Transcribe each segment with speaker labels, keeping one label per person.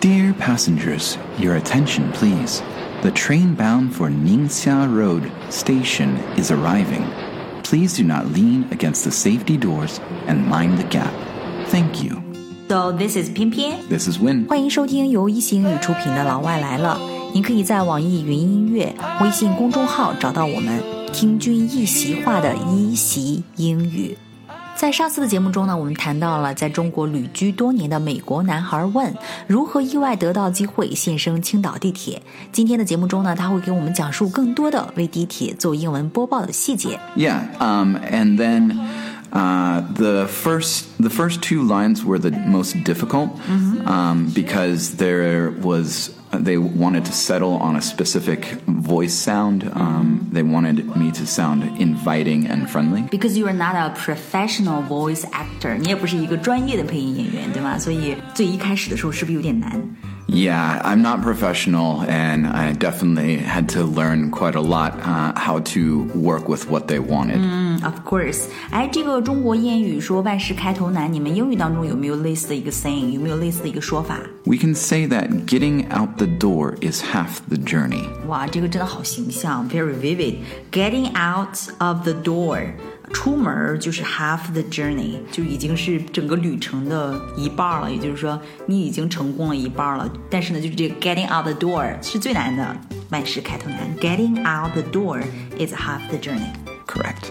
Speaker 1: Dear passengers, your attention please. The train bound for Ningxia Road Station is arriving. Please do not lean against the safety doors and mind the gap. Thank you.
Speaker 2: So this is 偏偏
Speaker 1: This is Win.
Speaker 3: 欢迎收听由一星语出品的《老外来了》，您可以在网易云音乐、微信公众号找到我们，听君一席话的一席英语。在上次的节目中呢，我们谈到了在中国旅居多年的美国男孩问如何意外得到机会现身青岛地铁。今天的节目中呢，他会给我们讲述更多的为地铁做英文播报的细节。
Speaker 1: Yeah, um, and then uh, the first the first two lines were the most difficult um, because there was they wanted to settle on a specific voice sound. Um, They wanted me to sound inviting and friendly.
Speaker 2: because you are not a professional voice actor，你也不是一个专业的配音演员，对吗？所以最一开始的时候是不是有点难？
Speaker 1: Yeah, I'm not professional, and I definitely had to learn quite a lot uh, how to work with what they wanted.
Speaker 2: 嗯 Of course，哎，这个中国谚语说万事开头难，你们英语当中有没有类似的一个 saying？有没有类似的一个说法？
Speaker 1: We can say that getting out the door is half the journey.
Speaker 2: 哇，这个真的好形象，very vivid。Getting out of the door，出门儿就是 half the journey，就已经是整个旅程的一半儿了。也就是说，你已经成功了一半儿了。但是呢，就是这个 getting out the door 是最难的，万事开头难。Getting out the door is half the journey。
Speaker 1: Correct.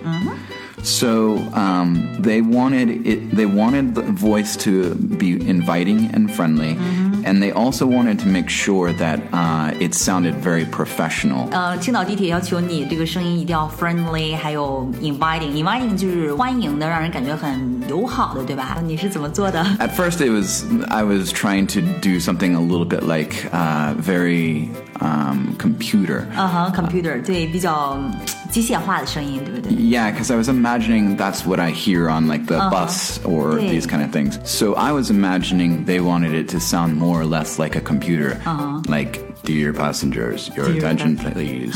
Speaker 1: So um, they wanted it. They wanted the voice to be inviting and friendly, and they also wanted to make sure that uh, it sounded very professional.
Speaker 2: 呃，青岛地铁要求你这个声音一定要 friendly，还有 inviting。inviting 就是欢迎的，让人感觉很友好的，对吧？你是怎么做的？
Speaker 1: At first, it was I was trying to do something a little bit like uh, very um, computer.
Speaker 2: 嗯哼，computer 对，比较嗯机械化的声音，对不对？
Speaker 1: Yeah, because I was imagining that's what I hear on like the bus or
Speaker 2: Uh-huh. Yeah.
Speaker 1: these kind of things. So I was imagining they wanted it to sound more or less like a computer, like "Dear passengers, your
Speaker 2: Uh-huh. Dear
Speaker 1: attention, please."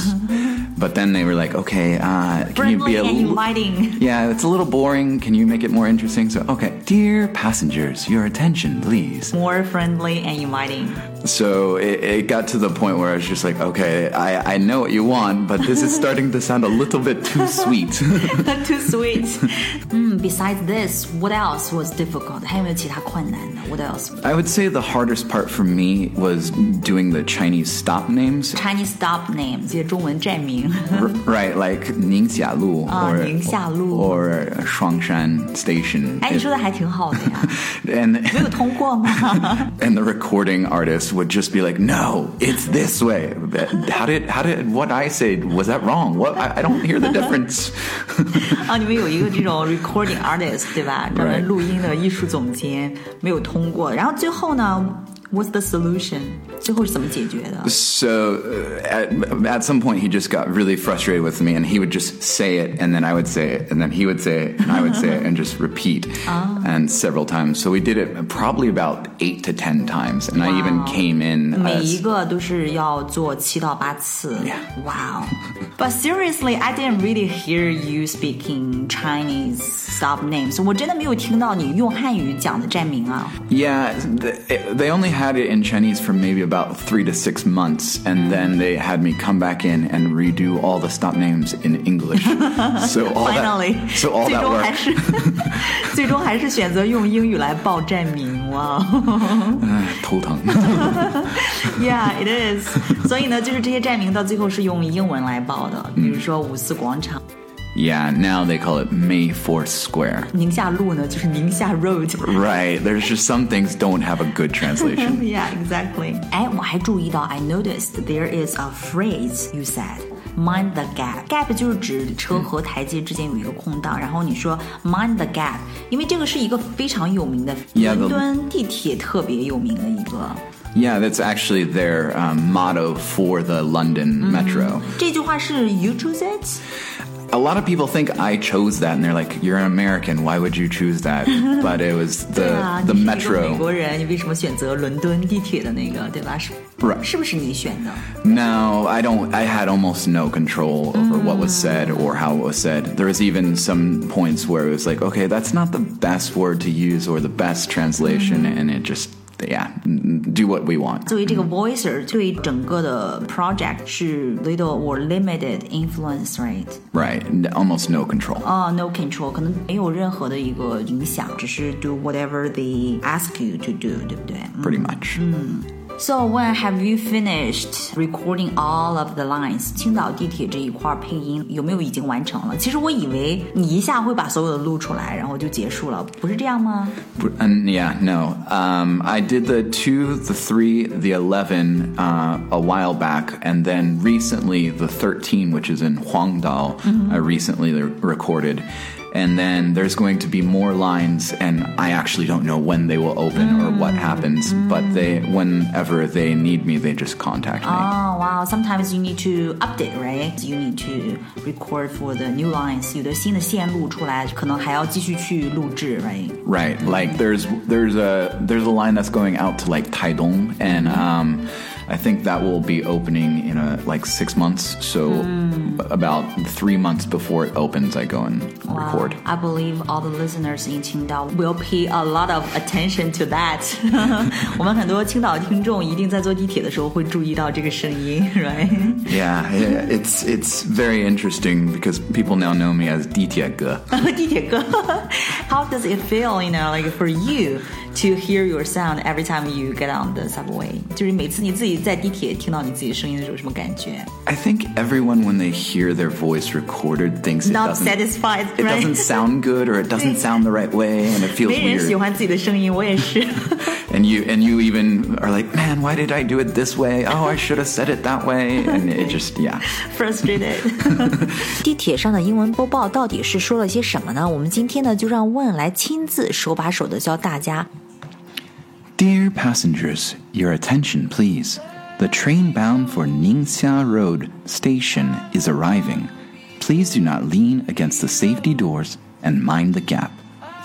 Speaker 1: but then they were like, "Okay, uh, can you be
Speaker 2: friendly
Speaker 1: a
Speaker 2: and
Speaker 1: l-
Speaker 2: inviting.
Speaker 1: yeah, it's a little boring. Can you make it more interesting?" So okay, dear passengers, your attention, please.
Speaker 2: More friendly and inviting.
Speaker 1: So it, it got to the point where I was just like, "Okay, I, I know what you want, but this is starting to sound a little bit too sweet."
Speaker 2: Too sweet. 嗯，Besides this, what else was difficult? 还有没有其他困难的？What else?
Speaker 1: I would say the hardest part for me was doing the Chinese stop names.
Speaker 2: Chinese stop names，这些中文站名。
Speaker 1: R- right, like Ningxialu
Speaker 2: Ah,
Speaker 1: or
Speaker 2: 宁夏路。
Speaker 1: or Shuangshan Station.
Speaker 2: 哎，你说的还挺好的呀，
Speaker 1: and
Speaker 2: 没有通过吗？
Speaker 1: and the recording artist would just be like, "No, it's this way." How did how did what I said was that wrong? What I, I don't hear the difference.
Speaker 2: 啊，你们有一个这种 recording artist 对吧？专门
Speaker 1: Right.
Speaker 2: 录音的艺术总监没有通过，然后最后呢？What's the solution？最后是怎么解决的？
Speaker 1: So uh, at, at some point, he just got really frustrated with me, and he would just say it, and then I would say it, and then he would say it, and I would say it, and just repeat,
Speaker 2: Ah.
Speaker 1: and several times. So we did it probably about eight to ten times, and I even
Speaker 2: Wow.
Speaker 1: came in.
Speaker 2: 每一
Speaker 1: As,
Speaker 2: 个都是要做七到八次。
Speaker 1: Yeah.
Speaker 2: Wow. But seriously, I didn't really hear you speaking Chinese sub names. 我真的没有听到你用汉语讲的站名啊。
Speaker 1: yeah, th- they only had it in Chinese for maybe about three to six months, and then they had me come back in and redo all the stop names in English. so all
Speaker 2: Finally，
Speaker 1: that, so all
Speaker 2: 最
Speaker 1: that
Speaker 2: 终
Speaker 1: work.
Speaker 2: 还是最终还是选择用英语来报站名。哇、哦
Speaker 1: 头疼。
Speaker 2: Yeah, it is 。所以呢，就是这些站名到最后是用英文来报的，比如说五四广场、
Speaker 1: yeah, now they call it May Fourth Square.
Speaker 2: 宁夏路呢，就是宁夏 Road。
Speaker 1: Right. There's just some things don't have a good translation.
Speaker 2: Yeah, exactly. 哎，我还注意到，I noticed there is a phrase you said. Mind the gap. Gap 就是指车和台阶之间有一个空档，然后你说 mind the gap，因为这个是一个非常有名的
Speaker 1: Yeah, the-
Speaker 2: 伦敦地铁特别有名的一个。
Speaker 1: yeah, that's actually their um, motto for the London Metro.
Speaker 2: 这句话是 you choose it。
Speaker 1: A lot of people think I chose that, and they're like, "You're an American. Why would you choose that?" But it was
Speaker 2: 对
Speaker 1: the
Speaker 2: 啊，
Speaker 1: the
Speaker 2: 你是一个美
Speaker 1: Metro.
Speaker 2: 国人，你为什么选择伦敦地铁的那个，对吧？是
Speaker 1: Right.
Speaker 2: 是不是你选的？
Speaker 1: No, I don't. I had almost no control over what was said or how it was said. There was even some points where it was like, "Okay, that's not the best word to use or the best translation," and it just yeah, mm, do what we want.
Speaker 2: 作为这个 voicer 对整个的 project 是 little or limited influence right？
Speaker 1: Right. n- Almost no control.
Speaker 2: 啊、n o control，可能没有任何的一个影响，只是 do whatever they ask you to do，对不对？嗯
Speaker 1: Pretty much.
Speaker 2: So when have you finished recording all of the lines？青岛地铁这一块儿配音有没有已经完成了？其实我以为你一下会把所有的录出来，然后就结束了，不是这样吗？
Speaker 1: And yeah, no. Um, I did the two, the three, the eleven uh, a while back, and then recently the thirteen, which is in Huangdao, I recently re- recorded. And then there's going to be more lines, and I actually don't know when they will open or what happens. But they, whenever they need me, they just contact me.
Speaker 2: Oh wow! Sometimes you need to update, right? You need to record for the new lines. 有的新的线录出来，可能还要继续去录制，right?
Speaker 1: Right. Like there's there's a there's a line that's going out to like Taidong and um I think that will be opening in a like 6 months. So
Speaker 2: Hmm.
Speaker 1: about 3 months before it opens I go and record.
Speaker 2: I believe all the listeners in Qingdao will pay a lot of attention to that. 我们很多青岛听众一定在坐地铁的时候会注意到这个声音，right？
Speaker 1: Yeah, yeah, it's it's very interesting because people now know me as Ditya Ge.
Speaker 2: 地铁哥，How does it feel, you know, like for you to hear your sound every time you get on the subway？就是每次你自己在地铁听到你自己声音的时候，什么感觉
Speaker 1: I think everyone when they hear their voice recorded thinks it
Speaker 2: ？Not
Speaker 1: doesn't
Speaker 2: satisfied,
Speaker 1: it
Speaker 2: right?
Speaker 1: doesn't sound good or it doesn't sound the right way and it feels
Speaker 2: 没人
Speaker 1: weird.
Speaker 2: 喜欢自己的声音，我也是。
Speaker 1: and you and you even are like, man, why did I do it this way? Oh, I should have said it that way, and it just yeah.
Speaker 2: Frustrated.
Speaker 3: 地铁上的英文播报到底是说了些什么呢？我们今天呢，就让问来亲自手把手的教大家。
Speaker 1: Dear passengers, your attention, please. The train bound for Ningxia Road Station is arriving. Please do not lean against the safety doors and mind the gap.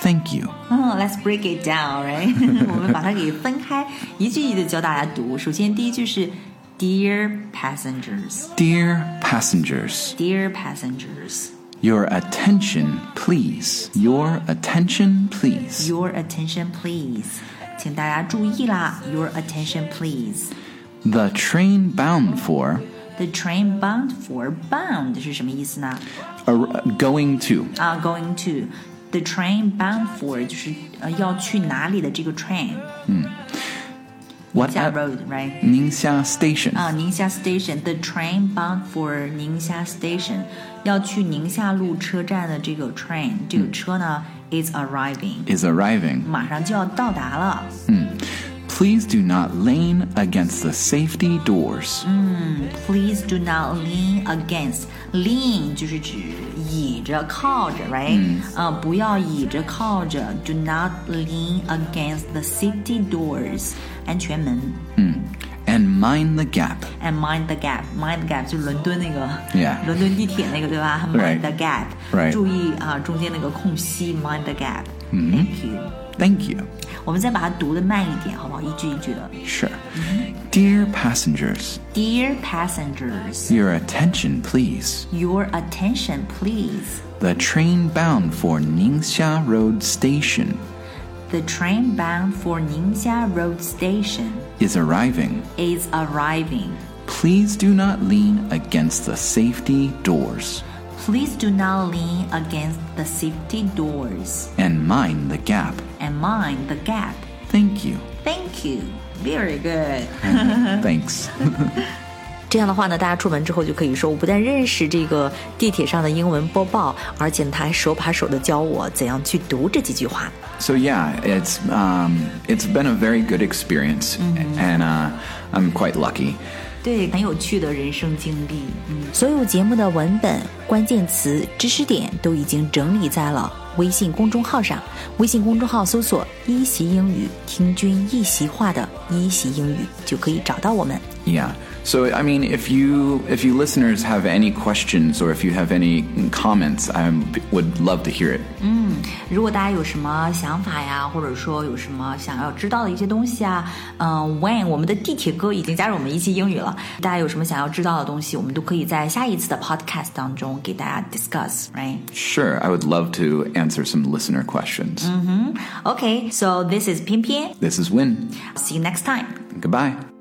Speaker 1: Thank you.
Speaker 2: 嗯、l e t s break it down, right？我 们把它给分开，一句一句的教大家读。首先，第一句是 Dear passengers,
Speaker 1: Dear passengers,
Speaker 2: Dear passengers,
Speaker 1: your attention, please. Your attention, please.
Speaker 2: Your attention, please. 请大家注意啦，Your attention, please.
Speaker 1: The train bound for
Speaker 2: The train bound for bound 是什么意思呢？
Speaker 1: ar- uh, going to
Speaker 2: 啊、g o i n g to the train bound for 就是呃要去哪里的这个 train 下
Speaker 1: whatever.
Speaker 2: road right？
Speaker 1: Ningxia Station.
Speaker 2: 啊，宁夏 station the train bound for 宁夏 station 要去宁夏路车站的这个 train 这个车呢、is arriving
Speaker 1: is arriving. Hmm.
Speaker 2: 马上就要到达了。
Speaker 1: Please do not lean against the safety doors.
Speaker 2: Please do not lean against. Lean 就是指倚着、靠着，right？呃，不要倚着、靠着。Do not lean against the safety doors，安全门。
Speaker 1: And mind the gap.
Speaker 2: And mind the gap. Mind the gap 就是伦敦那个
Speaker 1: Yeah.
Speaker 2: 伦敦地铁那个对吧
Speaker 1: Right.
Speaker 2: ？Mind the gap，、
Speaker 1: Right.
Speaker 2: 注意啊、中间那个空隙。Mind the gap、Thank
Speaker 1: Mm-hmm。
Speaker 2: you。
Speaker 1: Thank you.
Speaker 2: 我们再把它读的慢一点，好不好？一句一句的。
Speaker 1: Sure. Dear passengers,
Speaker 2: Dear passengers,
Speaker 1: your attention, please.
Speaker 2: your attention, please.
Speaker 1: The train bound for Ningxia Road Station
Speaker 2: The train bound for Ningxia Road Station
Speaker 1: is arriving.
Speaker 2: is arriving.
Speaker 1: Please do not lean against the safety doors
Speaker 2: Please do not lean against the safety doors
Speaker 1: and mind the gap.
Speaker 2: and mind the gap.
Speaker 1: Thank you.
Speaker 2: Thank you. Very good.
Speaker 1: Thanks.
Speaker 3: 这样的话呢，大家出门之后就可以说，我不但认识这个地铁上的英文播报，而且呢他还手把手的教我怎样去读这几句话。
Speaker 1: So yeah, it's um, it's been a very good experience, and uh, I'm quite lucky.
Speaker 2: 对，很有趣的人生经历。嗯，
Speaker 3: 所有节目的文本、关键词、知识点都已经整理在了微信公众号上。微信公众号搜索“一席英语”，听君一席话的“一席英语”就可以找到我们。
Speaker 1: Yeah. So I mean, if you if you listeners have any questions or if you have any comments, I would love to hear it.
Speaker 2: 如果大家有什么想法呀，或者说有什么想要知道的一些东西啊，嗯、w h e n 我们的地铁哥已经加入我们一期英语了，大家有什么想要知道的东西，我们都可以在下一次的 podcast 当中给大家 discuss，right？
Speaker 1: Sure, I would love to answer some listener questions.
Speaker 2: Okay, so this is Pian Pian.
Speaker 1: This is Win.
Speaker 2: See you next time.
Speaker 1: Goodbye.